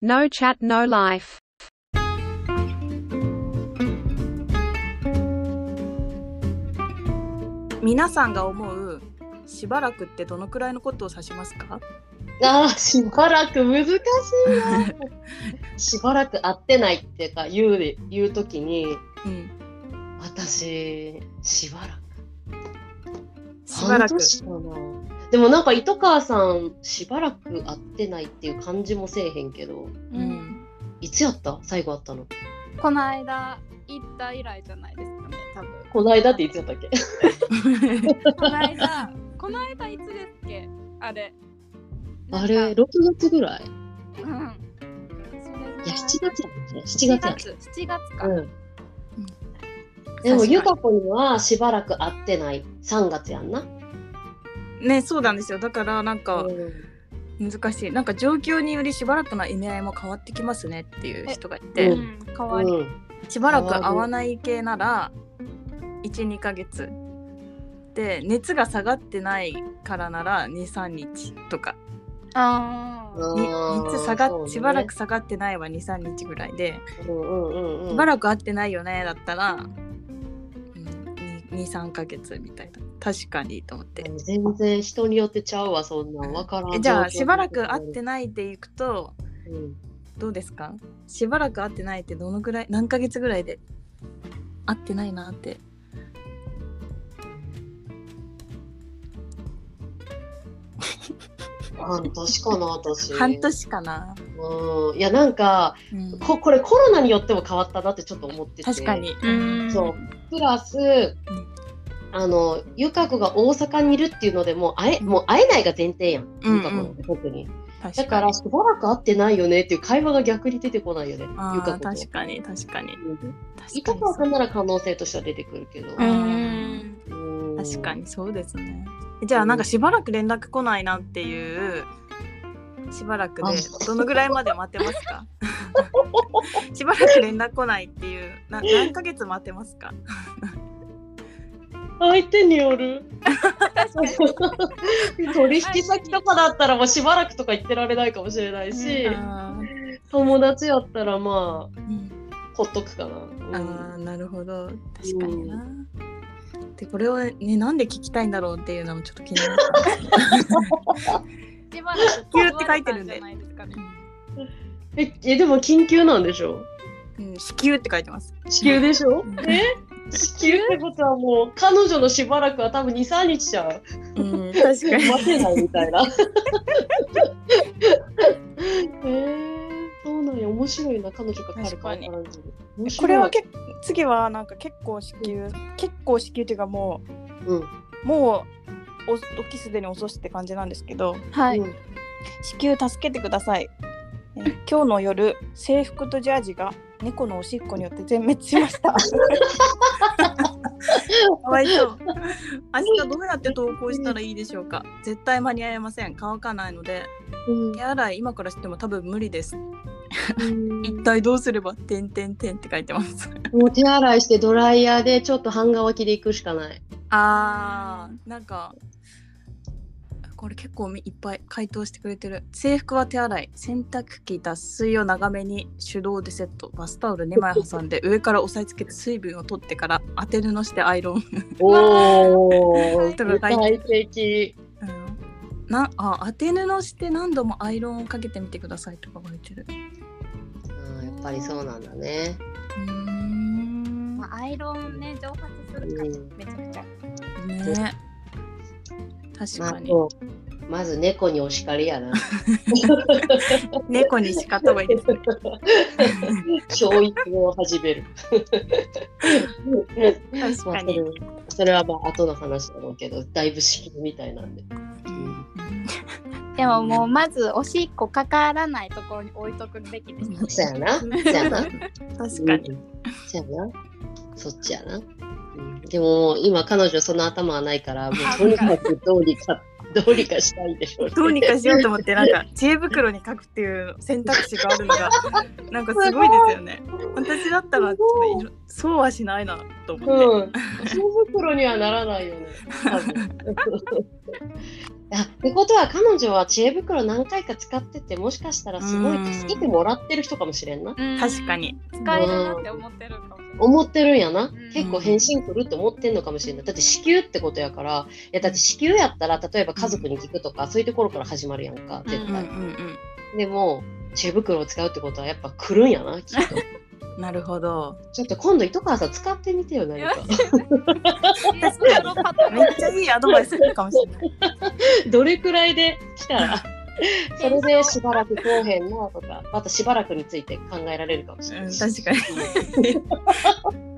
No chat, no life. 「皆さんが思うしばらくってどのくらいのことを指しますか?あーしばらく難しいなしばらく会ってないっていうか言うで言う時に」うん、私しばらくしばらく 半年かなでもなんか糸川さんしばらく会ってないっていう感じもせえへんけどううんん、いつやった最後会ったのこの間行った以来じゃないですかね多分こないだっていつやったっけこの間この間いつですっけあれあなれんか6月ぐらいうんいや7月そやれったね7月ぐらい7やった月7月か、うんでも確かにゆかこにはしばらく会ってない3月やんな、ねそうなんですよだからなんかうん難しいなんか状況によりしばらくの意味合いも変わってきますねっていう人がいて、えうん、かわいい、うんしばらく会わない系なら12ヶ月で熱が下がってないからなら23日とかあうあんに熱下がそうっ、ねしばらく下がってないは23日ぐらいで、うんうんうんしばらく会ってないよねだったら、うん、23ヶ月みたいな確かにと思って。全然人によってちゃうわそんなんわからえんじゃあしばらく会ってないでいくとうんどうですかしばらく会ってないってどのぐらい何ヶ月ぐらいで会ってないなって半年か な私半年かな、うんいやなんかうんここれコロナによっても変わったなってちょっと思ってて確かに、うんそうプラスあのゆか子が大阪にいるっていうのでもう会えもう会えないが前提やん、うんうんゆか子なんて特に確だからしばらく会ってないよねっていう会話が逆に出てこないよねあゆーか子と確かに確かにうん確糸か川にさんなら可能性としては出てくるけど、ううんんうん確かにそうですねじゃあなんかしばらく連絡来ないなっていうしばらくであどのぐらいまで待ってますか しばらく連絡来ないっていうな何ヶ月待ってますか相手による取引先とかだったらもうしばらくとか言ってられないかもしれないし、あ友達やったらー、まあうんほっとくかな、うんあーなるほど確かにな。でこれをねなんで聞きたいんだろうっていうのもちょっと気になった。しばらく急って書いてるん断られたでじゃないですかねええでも緊急なんでしょ うん、子宮って書いてます。子宮でしょうんえ子宮ってことはもう彼女のしばらくは多分23日じゃんうん、確か に。待てないみたい なえー、そうなんや面白いな彼女か彼かわからんけど面白いこれはけ次はなんか結構子宮結構子宮っていうかもうん、うもうお時すでに遅しって感じなんですけどはうん子宮助けてください、えー今日の夜制服とジャージが猫のおしっこによって全滅しました かわいそう。明日どうやって投稿したらいいでしょうか。絶対間に合いません。乾かないのでうん手洗い今からしても多分無理です。一体どうすれば点点点って書いてます。もう手洗いしてドライヤーでちょっと半乾きで行くしかない。あーなんかこれ結構みいっぱい回答してくれてる制服は手洗い洗濯機脱水を長めに手動でセットバスタオル2枚挟んで上から押さえつけて水分を取ってから当て布してアイロン、おお、とか書具体的。うん、なあ当て布して何度もアイロンをかけてみてくださいとか書いてるうんやっぱりそうなんだね。うーんまあ、アイロンね蒸発するからうんめちゃくちゃね確まかあにそうまず猫にお叱りやな。猫に叱った方がいいですね教育を始める。確かまあそにれ、それはまあ後の話だろうけど、だいぶ資金みたいなんで。うんでももうまずおしっこかからないところに置いとくべきですねそうやな。そうやな。確かにうん。そうやな。そっちやな。うんでも今彼女その頭はな いから、もうとにかくどうにか、 どうにかしたいでしょう、ね。どうにかしようと思ってなんか知恵袋に書くっていう選択肢がある のがなんかすごいですよね。私だったらちょっといろそうはしないなと思って。うん。知恵袋にはならないよね。多分 あってことは彼女は知恵袋何回か使っててもしかしたらすごい助けてもらってる人かもしれんな。確かに。使えるなって思ってるかもしれない。思ってるんやなうん結構返信来るって思ってんのかもしれないだって子宮ってことやからいやだって子宮やったら例えば家族に聞くとかそういうところから始まるやんか絶うんう対、んでも知恵袋を使うってことはやっぱ来るんやなき っとうん。なるほど。ちょっと今度糸川さん使ってみてよ何 か確 かに。パターンめっちゃいいアドバイスするかもしれない。どれくらいで来たらそれでしばらく後編のとかまたしばらくについて考えられるかもしれう、なんい確し、かに。